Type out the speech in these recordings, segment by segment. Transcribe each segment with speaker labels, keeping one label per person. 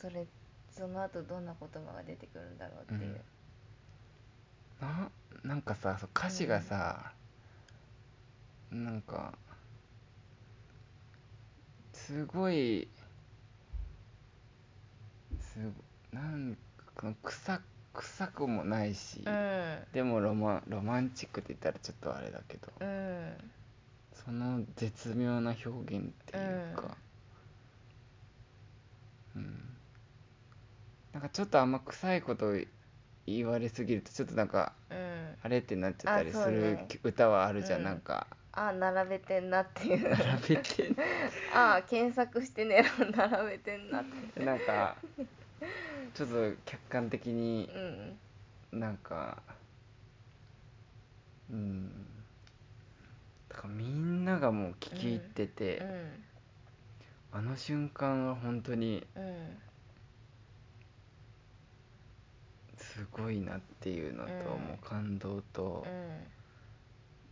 Speaker 1: それその後どんな言葉が出てくるんだろうっていう、
Speaker 2: ななんかさそう歌詞がさ、なんかすごいすごなんか臭臭くもないし、
Speaker 1: うん
Speaker 2: でもロマンロマンチックって言ったらちょっとあれだけど、
Speaker 1: うん
Speaker 2: その絶妙な表現っていうか、うんなんかちょっとあんま臭いことを言われすぎるとちょっとなんか
Speaker 1: うん
Speaker 2: あれってなっちゃったりす
Speaker 1: あそう
Speaker 2: る
Speaker 1: ね
Speaker 2: 歌はあるじゃん、
Speaker 1: うん
Speaker 2: なんか
Speaker 1: ああ並べてんなっていう
Speaker 2: 並べて
Speaker 1: ああ検索してね並べてんなって
Speaker 2: なんかちょっと客観的に
Speaker 1: うん
Speaker 2: なんかうんだからみんながもう聞き入ってて、
Speaker 1: うん
Speaker 2: あの瞬間は本当に
Speaker 1: うん
Speaker 2: すごいなっていうのと、
Speaker 1: うん
Speaker 2: もう感動と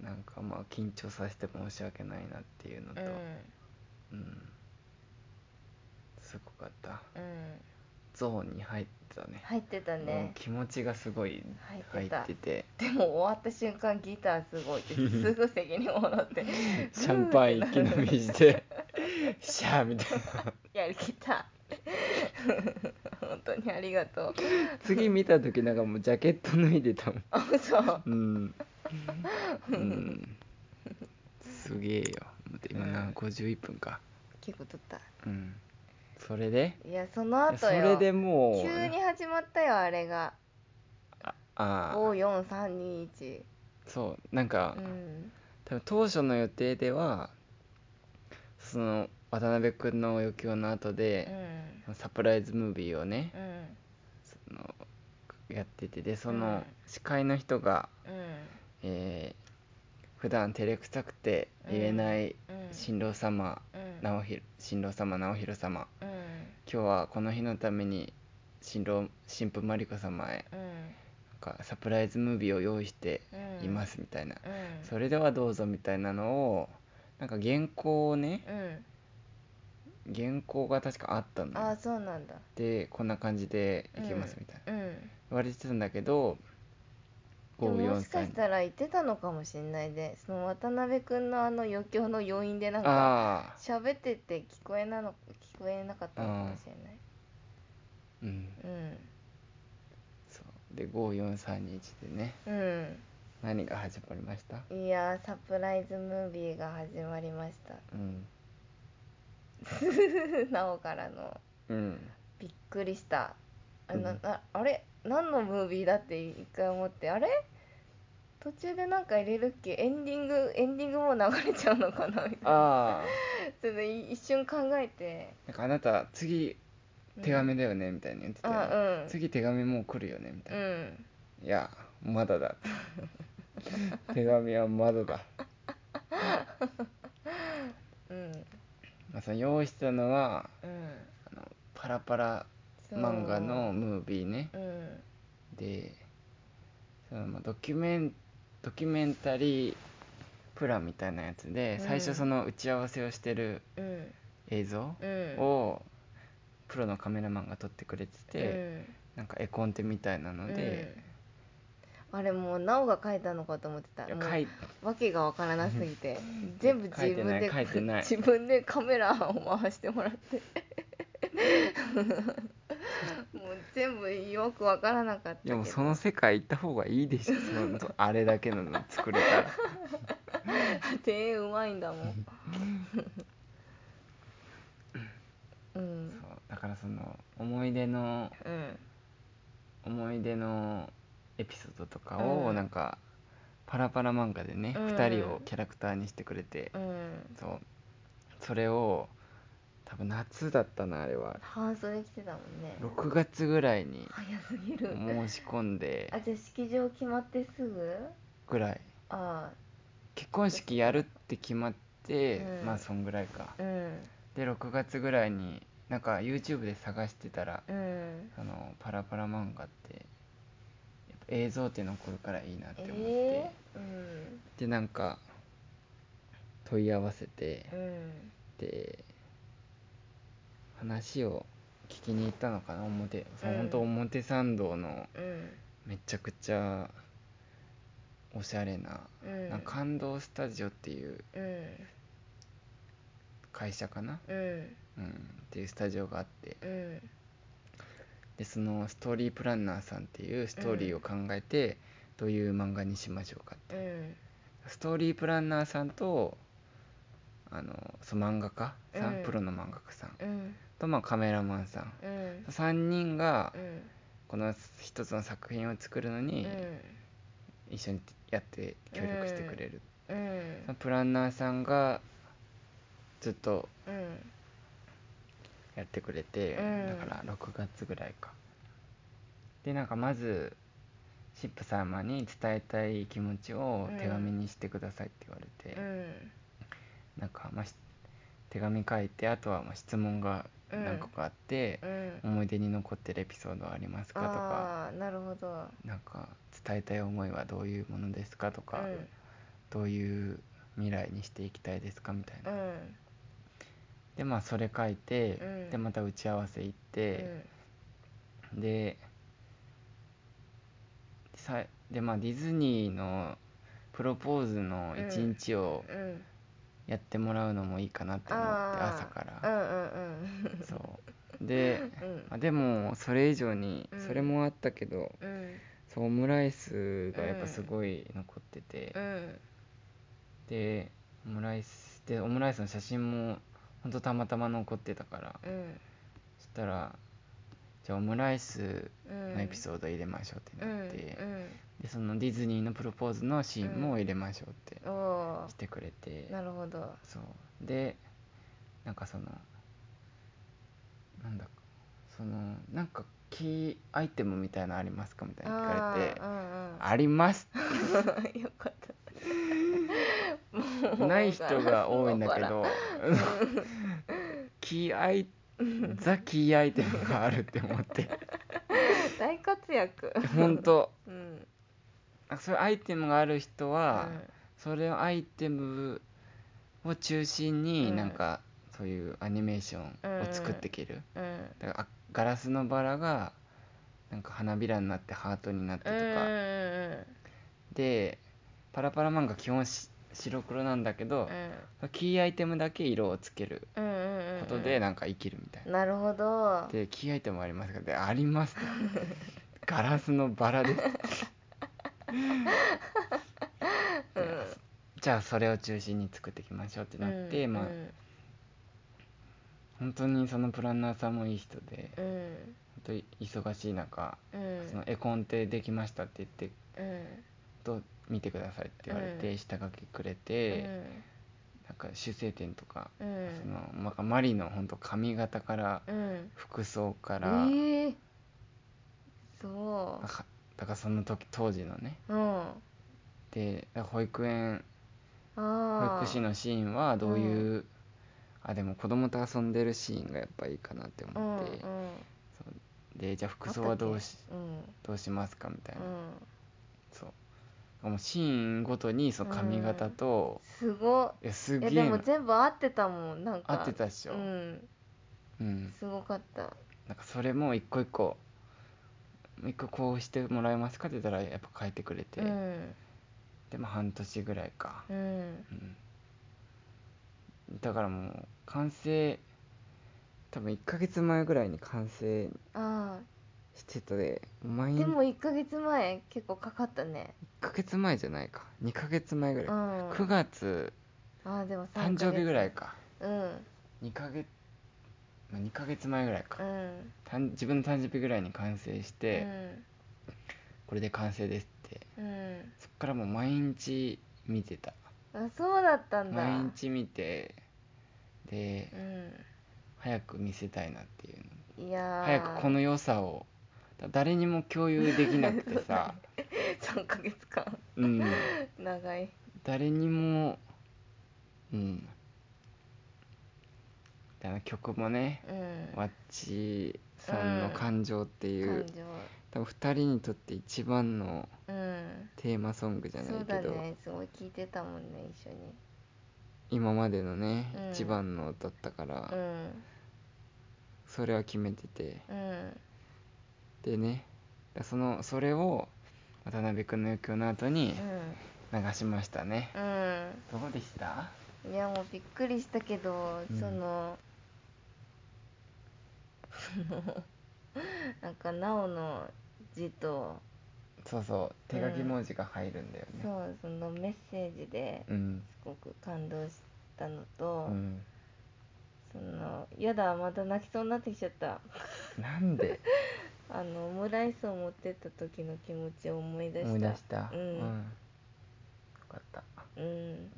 Speaker 1: う、ん
Speaker 2: なんかまあ緊張させて申し訳ないなっていうのと、
Speaker 1: う
Speaker 2: うん
Speaker 1: ん
Speaker 2: すごかった
Speaker 1: うん
Speaker 2: ゾーンに入ってたね
Speaker 1: 入ってた
Speaker 2: もう
Speaker 1: ね
Speaker 2: 気持ちがすごい
Speaker 1: 入
Speaker 2: 入
Speaker 1: ってた
Speaker 2: ってて
Speaker 1: でも終わった瞬間ギターすごい ってすぐ席に戻って
Speaker 2: シャンパン一気飲みして シャーみたいな
Speaker 1: やりきった 本当にありがとう
Speaker 2: 次見た時なんかもうジャケット脱いでたもん
Speaker 1: あそう
Speaker 2: うん、うん、すげえよ待って今な
Speaker 1: うん
Speaker 2: 51分か
Speaker 1: 結構撮った
Speaker 2: うんそれで
Speaker 1: いやその後
Speaker 2: そ
Speaker 1: よ
Speaker 2: れでもう
Speaker 1: 急に始まったよあれが
Speaker 2: ああ
Speaker 1: 54321
Speaker 2: そうなんか、
Speaker 1: うん
Speaker 2: 多分当初の予定ではその渡辺君の余興の後
Speaker 1: う
Speaker 2: で、
Speaker 1: ん
Speaker 2: サプライズムービーをね
Speaker 1: う、ん
Speaker 2: そのやっててでそうの
Speaker 1: ん
Speaker 2: 司会の人が、
Speaker 1: うん
Speaker 2: えー普段照れくさくて言えない
Speaker 1: うん
Speaker 2: 新郎様、
Speaker 1: うん
Speaker 2: 直弘新郎様直弘様
Speaker 1: うん
Speaker 2: 今日はこの日のために新郎新婦マリコ様へ
Speaker 1: うん
Speaker 2: なんかサプライズムービーを用意して
Speaker 1: うん
Speaker 2: いますみたいな、
Speaker 1: うん
Speaker 2: それではどうぞみたいなのをなんか原稿をね
Speaker 1: うん
Speaker 2: 原稿が確かあった
Speaker 1: あ
Speaker 2: の
Speaker 1: あそうなんだ
Speaker 2: でこんな感じでいきますみたいな、
Speaker 1: うん
Speaker 2: 言われてたんだけど
Speaker 1: でももしか
Speaker 2: 543
Speaker 1: したら言ってたのかもしれないでその渡辺君のあの余興の要因でなんか
Speaker 2: ああ
Speaker 1: 喋ってて聞こえなの聞こえなかったのかもしれない
Speaker 2: うん
Speaker 1: うん
Speaker 2: そうで54321でね
Speaker 1: うん
Speaker 2: 何が始まりました
Speaker 1: いやーサプライズムービーが始まりました
Speaker 2: うん
Speaker 1: なおからの
Speaker 2: うん
Speaker 1: びっくりしたあな
Speaker 2: うん
Speaker 1: なあれ何のムービーだって一回思ってあれ途中でなんか入れるっけエンディングエンディングもう流れちゃうのかなみたいな
Speaker 2: ああ
Speaker 1: ちょっとい一瞬考えて
Speaker 2: なんかあなた次手紙だよねみたいに言ってたよね、
Speaker 1: あうん
Speaker 2: 次手紙もう来るよねみたいうな、
Speaker 1: ん
Speaker 2: いやま だだ手紙はまだだ
Speaker 1: うん
Speaker 2: まあ、その用意してたのは
Speaker 1: うん
Speaker 2: あのパラパラ
Speaker 1: そう
Speaker 2: 漫画のムービーね
Speaker 1: うん
Speaker 2: でそのまあドキュメンドキュメンタリープランみたいなやつで、
Speaker 1: うん
Speaker 2: 最初その打ち合わせをしてる
Speaker 1: うん
Speaker 2: 映像
Speaker 1: うん
Speaker 2: をプロのカメラマンが撮ってくれてて、なんか絵コンテみたいな
Speaker 1: うん
Speaker 2: ので、
Speaker 1: うんあれもうなおが書いたのかと思ってた
Speaker 2: いや
Speaker 1: も
Speaker 2: かいう
Speaker 1: わけがわからなすぎて全部自分で
Speaker 2: 書いてない書いてない
Speaker 1: 自分でカメラを回してもらって もう全部よくわからなかったけ
Speaker 2: や
Speaker 1: ど
Speaker 2: もうその世界行った方がいいでしょ そのあれだけのの作れたら
Speaker 1: 手うまいんだもん うん
Speaker 2: そうだからその思い出の
Speaker 1: うん
Speaker 2: 思い出のエピソードとかを
Speaker 1: うん
Speaker 2: なんかパラパラ漫画でね、
Speaker 1: うん
Speaker 2: 2人をキャラクターにしてくれて、
Speaker 1: うん
Speaker 2: そうそれを多分夏だったなあれは
Speaker 1: 半袖着てたもんね
Speaker 2: 6月ぐらいに
Speaker 1: 早すぎる
Speaker 2: 申し込んで
Speaker 1: あじゃあ式場決まってすぐ
Speaker 2: ぐらい
Speaker 1: あ
Speaker 2: 結婚式やるって決まって、
Speaker 1: うん
Speaker 2: まあそんぐらいか
Speaker 1: あうん
Speaker 2: で6月ぐらいになんか YouTube で探してたら
Speaker 1: うん
Speaker 2: そのパラパラ漫画ってやっぱ映像って残るからいいなって思って、
Speaker 1: ええうん
Speaker 2: でなんか問い合わせて
Speaker 1: うん
Speaker 2: で話を聞きに行ったのかな表、そううんほんと表参道の
Speaker 1: うん
Speaker 2: めちゃくちゃおしゃれな,、
Speaker 1: うん
Speaker 2: なんか感動スタジオっていう
Speaker 1: うん
Speaker 2: 会社かな、
Speaker 1: うん
Speaker 2: うん、っていうスタジオがあって
Speaker 1: うん
Speaker 2: でそのストーリープランナーさんっていうストーリーを考えて、どういう漫画にしましょうか
Speaker 1: うんうん
Speaker 2: ストーリープランナーさんとあのそう漫画家さん、
Speaker 1: うん
Speaker 2: プロの漫画家さん
Speaker 1: うん
Speaker 2: と、まあ、カメラマンさん
Speaker 1: うん
Speaker 2: 3人が
Speaker 1: うん
Speaker 2: この一つの作品を作るのに一緒にやって協力してくれる、
Speaker 1: うん
Speaker 2: そのプランナーさんがずっと
Speaker 1: うん
Speaker 2: やってくれて、
Speaker 1: うん
Speaker 2: だから6月ぐらいかでなんかまずシップ様に伝えたい気持ちを手紙にしてくださいって言われて、
Speaker 1: うん
Speaker 2: なんかまあし手紙書いてあとはまあ質問が何個かあって、
Speaker 1: うん
Speaker 2: 思い出に残ってるエピソードはありますかとか
Speaker 1: ああなるほど
Speaker 2: なんか伝えたい思いはどういうものですかとか、
Speaker 1: うん
Speaker 2: どういう未来にしていきたいですかみたいうな、
Speaker 1: ん
Speaker 2: でまあそれ書いて、
Speaker 1: うん
Speaker 2: でまた打ち合わせ行って、でさでまあディズニーのプロポーズの一日を
Speaker 1: うんうん
Speaker 2: やってもらうのもいいかなと思って、
Speaker 1: あー
Speaker 2: 朝から。
Speaker 1: うんうん
Speaker 2: そうで、
Speaker 1: うん
Speaker 2: あでもそれ以上に
Speaker 1: うん
Speaker 2: それもあったけど、
Speaker 1: うんうん
Speaker 2: そうオムライスがやっぱすごい残ってて、
Speaker 1: うん
Speaker 2: でオムライスでオムライスの写真もほんとたまたま残ってたから、
Speaker 1: うん
Speaker 2: そしたらじゃあオムライス
Speaker 1: うん
Speaker 2: のエピソード入れましょうってなって、
Speaker 1: うん
Speaker 2: でそのディズニーのプロポーズのシーンも入れましょうって
Speaker 1: うんお
Speaker 2: してくれて
Speaker 1: お、なるほど
Speaker 2: そうでなんかそのなんだそのなんかキーアイテムみたいなのありますかみたいに聞かれて「
Speaker 1: あ
Speaker 2: あります」
Speaker 1: ーうんうんよかったもう
Speaker 2: ない人が多いんだ け
Speaker 1: もう
Speaker 2: どキーアイザキーアイテムがあるって思って
Speaker 1: 大活躍
Speaker 2: 本当
Speaker 1: うん
Speaker 2: あそういうアイテムがある人は、
Speaker 1: うん
Speaker 2: それをアイテムを中心に、
Speaker 1: うん
Speaker 2: なんかそういうアニメーションを作っていける、
Speaker 1: うん
Speaker 2: だからあガラスのバラがなんか花びらになってハートになってと
Speaker 1: うんうん
Speaker 2: か、でパラパラ漫画基本し白黒なんだけど、キーアイテムだけ色をつける
Speaker 1: うんうんうん
Speaker 2: ことでなんか生きるみたいな、
Speaker 1: なるほど
Speaker 2: でキーアイテムありますかでありますガラスのバラ ですでじゃあそれを中心に作っていきましょうってなって、
Speaker 1: うん
Speaker 2: まあ
Speaker 1: うん
Speaker 2: 本当にそのプランナーさんもいい人で、
Speaker 1: うん
Speaker 2: 本当に忙しい中、
Speaker 1: うん
Speaker 2: その絵コンテできましたって言って
Speaker 1: うん
Speaker 2: と見てくださいって言われて、
Speaker 1: うん
Speaker 2: 下書きくれて、なんか修正点とか、
Speaker 1: うんうん
Speaker 2: そのまあマリの本当髪型から
Speaker 1: うん
Speaker 2: 服装か
Speaker 1: え
Speaker 2: ら、
Speaker 1: ーそ
Speaker 2: なんかだからその時当時のね
Speaker 1: ううんあ
Speaker 2: でだから保育園保
Speaker 1: あ
Speaker 2: 育士のシーンはどういう、あでも子供と遊んでるシーンがやっぱいいかなって
Speaker 1: う
Speaker 2: 思
Speaker 1: ん
Speaker 2: っ
Speaker 1: う
Speaker 2: て、
Speaker 1: ん
Speaker 2: そうでじゃあ服装はどうし
Speaker 1: うん
Speaker 2: どうしますかみたいな、
Speaker 1: うん
Speaker 2: そうもうシーンごとにその髪型と、
Speaker 1: すごっ
Speaker 2: いやす
Speaker 1: え
Speaker 2: げ
Speaker 1: で
Speaker 2: え
Speaker 1: も
Speaker 2: な
Speaker 1: 全部合ってたもんなんか
Speaker 2: 合ってたっしょ、
Speaker 1: うん
Speaker 2: うん、
Speaker 1: すごかった
Speaker 2: なんかそれも一個一個一個こうしてもらえますかって言ったらやっぱ書いてくれて、
Speaker 1: うん
Speaker 2: でも半年ぐらいか、
Speaker 1: うん
Speaker 2: うんだからもう完成多分1ヶ月前ぐらいに完成
Speaker 1: あ
Speaker 2: してたで
Speaker 1: あ
Speaker 2: 毎日
Speaker 1: で
Speaker 2: 1
Speaker 1: も1ヶ月前結構かかったね
Speaker 2: ヶ月前じゃないか2ヶ月前ぐ
Speaker 1: う
Speaker 2: らい、
Speaker 1: ん
Speaker 2: 9月
Speaker 1: ああでも3
Speaker 2: 誕生日ぐらいか
Speaker 1: うん
Speaker 2: 2ヶ月まあ2ヶ月前ぐらいか、
Speaker 1: うん
Speaker 2: 誕自分の誕生日ぐらいに完成して、これで完成ですって
Speaker 1: うんうん
Speaker 2: そっからもう毎日見てた
Speaker 1: あそうだったんだ
Speaker 2: 毎日見てで
Speaker 1: う
Speaker 2: 早く見せたいなっていうの
Speaker 1: んいやー
Speaker 2: 早くこの良さをだ誰にも共有できなくて さ、
Speaker 1: 3ヶ月間
Speaker 2: うん、
Speaker 1: 長い
Speaker 2: 誰にもうんだから曲もね
Speaker 1: うん
Speaker 2: わっちさんの感情っていう、
Speaker 1: 感情
Speaker 2: 多分2人にとって一番の
Speaker 1: うん
Speaker 2: テーマソングじゃな
Speaker 1: そ
Speaker 2: いうけ
Speaker 1: だ
Speaker 2: ど、
Speaker 1: ねすごい聞いてたもんね一緒に
Speaker 2: 今までのね、
Speaker 1: うん
Speaker 2: 一番のだったから、
Speaker 1: うん
Speaker 2: それは決めてて
Speaker 1: うん
Speaker 2: でねそのそれを渡辺君の余興の後に流しましたね、
Speaker 1: うん
Speaker 2: どうでした
Speaker 1: うんいやもうびっくりしたけど、
Speaker 2: うん
Speaker 1: その なんかなおの字と、
Speaker 2: そうそう手書き文字が入るんだよね
Speaker 1: そうそのメッセージで
Speaker 2: うん
Speaker 1: すごく感動したのと、
Speaker 2: うん、
Speaker 1: そのやだまた泣きそうになってきちゃった
Speaker 2: なんで
Speaker 1: あのオムライスを持ってった時の気持ちを思い出した
Speaker 2: 思い出した
Speaker 1: うん
Speaker 2: よかった、
Speaker 1: うん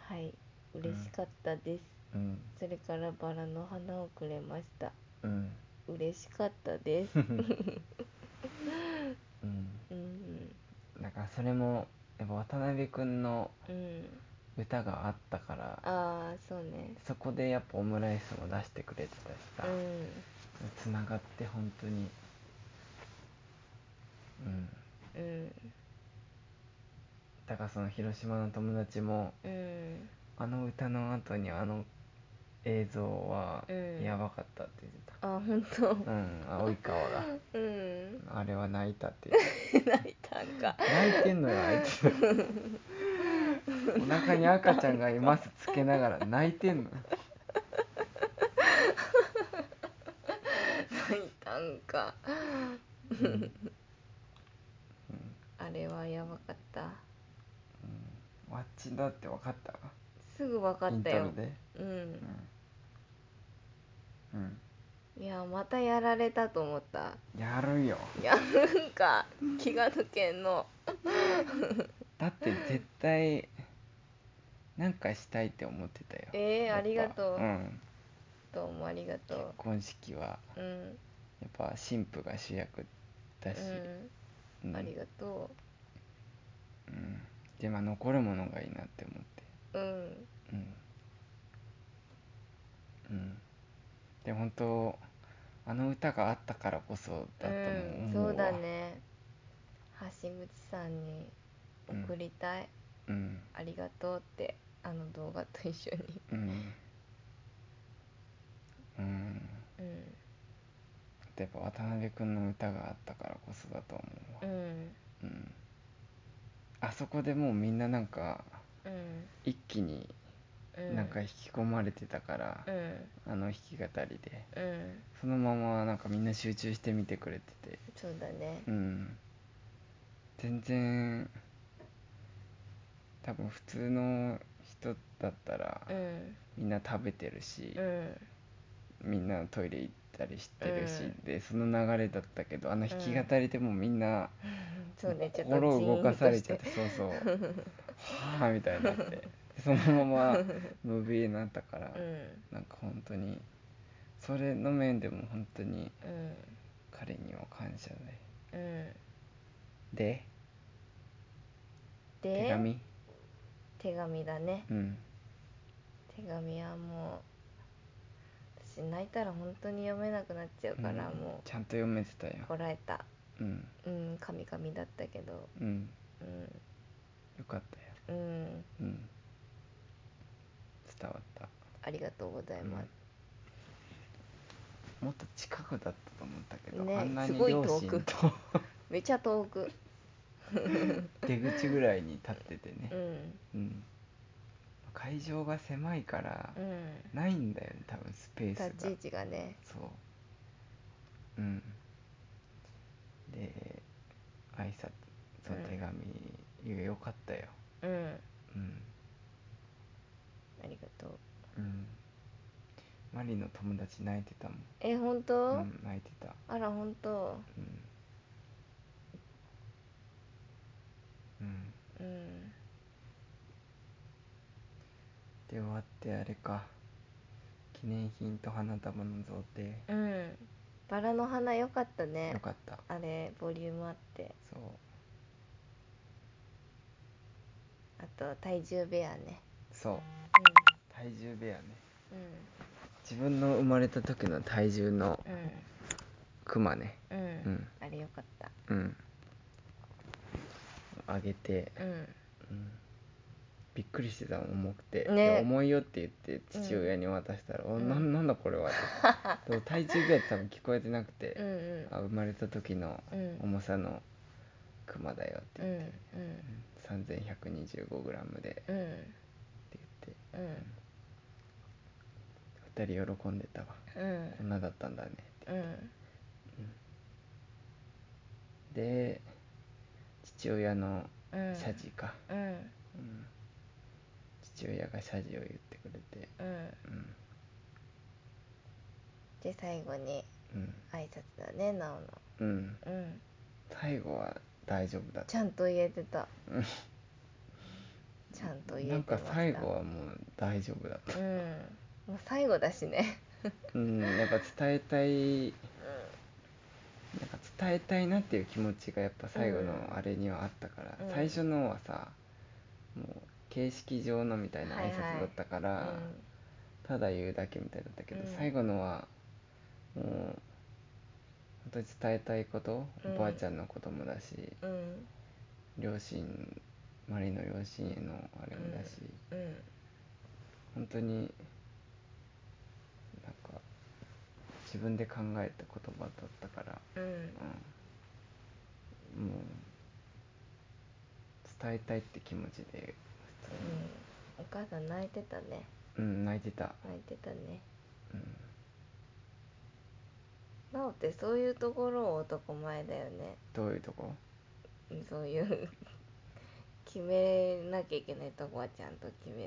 Speaker 1: はい嬉しかったです、
Speaker 2: うんうん
Speaker 1: それからバラの花をくれました
Speaker 2: うん
Speaker 1: 嬉しかったです、
Speaker 2: うん
Speaker 1: うん
Speaker 2: だからそれもやっぱ渡辺君の
Speaker 1: うん
Speaker 2: 歌があったから
Speaker 1: ああそうね
Speaker 2: そこでやっぱオムライスも出してくれてたしさ、
Speaker 1: うん
Speaker 2: つながって本当にうん
Speaker 1: うん
Speaker 2: だからその広島の友達も
Speaker 1: うん
Speaker 2: あの歌の後にあの映像は
Speaker 1: うん
Speaker 2: やばかったって言って
Speaker 1: あ本当
Speaker 2: たうん、青い顔が
Speaker 1: うん
Speaker 2: あれは泣いたって言って
Speaker 1: 泣いたんか
Speaker 2: た泣いてんのよあいつお腹に赤ちゃんがいますつけながら泣いてんの
Speaker 1: 泣いたんか
Speaker 2: うん
Speaker 1: あれはやばかった
Speaker 2: わっちだって分かった
Speaker 1: すぐ分か
Speaker 2: イ
Speaker 1: っ
Speaker 2: ン
Speaker 1: た
Speaker 2: ト
Speaker 1: よ
Speaker 2: ロで
Speaker 1: う
Speaker 2: うんん、うん
Speaker 1: いやまたやられたと思った
Speaker 2: やるよ
Speaker 1: いやなんか気が抜けんの
Speaker 2: だって絶対なんかしたいって思ってたよ
Speaker 1: えー
Speaker 2: やっぱ、
Speaker 1: ありがとうんどうもありが
Speaker 2: 結
Speaker 1: と
Speaker 2: 婚式は
Speaker 1: ううん
Speaker 2: やっぱ新婦が主役だし、
Speaker 1: うんあり
Speaker 2: が
Speaker 1: がと
Speaker 2: うん、でまあ残るものがいいなって思って
Speaker 1: ううん
Speaker 2: うんうんで本当あの歌があったからこそだとも
Speaker 1: うん
Speaker 2: 思うわ
Speaker 1: そうだね橋口さんに送りたい、
Speaker 2: うん
Speaker 1: ありがとうってあの動画と一緒に
Speaker 2: うん、うん、
Speaker 1: うん
Speaker 2: やっぱ渡辺君の歌があったからこそだと思うわ
Speaker 1: うん
Speaker 2: うん、あそこでもうみんななんか
Speaker 1: うん
Speaker 2: 一気に
Speaker 1: うん
Speaker 2: なんか引き込まれてたから
Speaker 1: う、ん
Speaker 2: あの弾き語りで
Speaker 1: うん
Speaker 2: そのままなんかみんな集中して見てくれてて
Speaker 1: そうだね
Speaker 2: うん全然多分普通の人だったら
Speaker 1: うん
Speaker 2: みんな食べてるし
Speaker 1: う、ん
Speaker 2: みんなトイレ行ったりしてるし、
Speaker 1: うん
Speaker 2: でその流れだったけどあの弾き語りでもうみんな
Speaker 1: そうねちょっと
Speaker 2: 心を動かされちゃっ
Speaker 1: ジ
Speaker 2: てそうそう はあみたいになってでそのままムービーになったから、
Speaker 1: ーン
Speaker 2: なんか本当にそれの面でも本当に
Speaker 1: としてうん
Speaker 2: 彼には感謝で
Speaker 1: うんうん
Speaker 2: で
Speaker 1: で
Speaker 2: 手紙
Speaker 1: 手紙だね
Speaker 2: うん
Speaker 1: 手紙はもう私泣いたら本当に読めなくなっちゃうから、
Speaker 2: うん
Speaker 1: も
Speaker 2: ちゃんと読めてたよ
Speaker 1: うこらえた
Speaker 2: うん
Speaker 1: うんカミカミだったけど
Speaker 2: うん
Speaker 1: うん
Speaker 2: よかったよ
Speaker 1: うん
Speaker 2: うん伝わった
Speaker 1: ありがとうございます、
Speaker 2: もっと近くだったと思ったけど、
Speaker 1: ね
Speaker 2: あんなに
Speaker 1: すごい
Speaker 2: 両
Speaker 1: 遠く
Speaker 2: 親と
Speaker 1: めちゃ遠く
Speaker 2: 出口ぐらいに立っててね
Speaker 1: う、ん
Speaker 2: うん会場が狭いから
Speaker 1: うん
Speaker 2: ないんだよね多分スペースが
Speaker 1: 立ち位置がね
Speaker 2: そううんで挨拶その
Speaker 1: うん
Speaker 2: 手紙、いやよかったよ
Speaker 1: うん
Speaker 2: うん、
Speaker 1: ありがとう
Speaker 2: うん、マリの友達泣いてたもん
Speaker 1: え本当、
Speaker 2: うん、泣いてた
Speaker 1: あら本当
Speaker 2: うん、うん、
Speaker 1: うん
Speaker 2: で終わってあれか記念品と花束の贈呈
Speaker 1: うんバラの花良かったね
Speaker 2: よかった
Speaker 1: あれボリュームあって
Speaker 2: そう
Speaker 1: あと体重ベアね
Speaker 2: そう体重部屋ね
Speaker 1: うん
Speaker 2: 自分の生まれた時の体重の
Speaker 1: うん
Speaker 2: クマね
Speaker 1: うん、うん
Speaker 2: うん
Speaker 1: あれ良かった
Speaker 2: うんあげて、
Speaker 1: うん
Speaker 2: うん、びっくりしてた重くて、
Speaker 1: ね
Speaker 2: で重いよって言って父親に渡したら「お
Speaker 1: ん
Speaker 2: ななんだこれは」って でも体重ぐらい多分聞こえてなくて、
Speaker 1: うんうん
Speaker 2: あ生まれた時の
Speaker 1: うん
Speaker 2: 重さのクマだよって
Speaker 1: うん
Speaker 2: 言
Speaker 1: う
Speaker 2: っ
Speaker 1: ん
Speaker 2: て、3125g でっ
Speaker 1: う
Speaker 2: て
Speaker 1: ん
Speaker 2: 言って
Speaker 1: うん
Speaker 2: 2人喜んでたわ
Speaker 1: うん
Speaker 2: こんなだったんだねって
Speaker 1: うん
Speaker 2: で父親の
Speaker 1: うん
Speaker 2: 謝辞か、
Speaker 1: うん
Speaker 2: うん父親が謝辞を言ってくれて
Speaker 1: うん
Speaker 2: うん
Speaker 1: で最後に
Speaker 2: うん
Speaker 1: 挨拶だねなおの
Speaker 2: うん
Speaker 1: うん
Speaker 2: 最後は大丈夫だっ
Speaker 1: ちゃんと言えてた
Speaker 2: うん
Speaker 1: ちゃんと
Speaker 2: た
Speaker 1: 言えて
Speaker 2: な
Speaker 1: ま
Speaker 2: ん
Speaker 1: した
Speaker 2: か最後はもう大丈夫だった
Speaker 1: うんもう最後だしね
Speaker 2: うんやっぱ伝えたいなんか伝えたいなっていう気持ちがやっぱ最後のあれにはあったから、
Speaker 1: うん
Speaker 2: 最初のはさもう形式上のみたいな
Speaker 1: はい
Speaker 2: 挨
Speaker 1: は
Speaker 2: 拶
Speaker 1: い
Speaker 2: だったから、ただ言うだけみたいだったけど、
Speaker 1: うん
Speaker 2: 最後のはもう本当に伝えたいこと、
Speaker 1: うん
Speaker 2: おばあちゃんのこともだし
Speaker 1: うんうん
Speaker 2: 両親マリの両親へのあれもだし、
Speaker 1: うん
Speaker 2: 本当になんか自分で考えた言葉だったから。
Speaker 1: うん
Speaker 2: うんもう伝えたいって気持ちで普通に
Speaker 1: お母さん泣いてたね
Speaker 2: うん泣いてた、
Speaker 1: 泣いてたね
Speaker 2: うん、
Speaker 1: なおってそういうところを男前だよね
Speaker 2: どういうとこ
Speaker 1: うんそういう決めなきゃいけないとこはちゃんと決める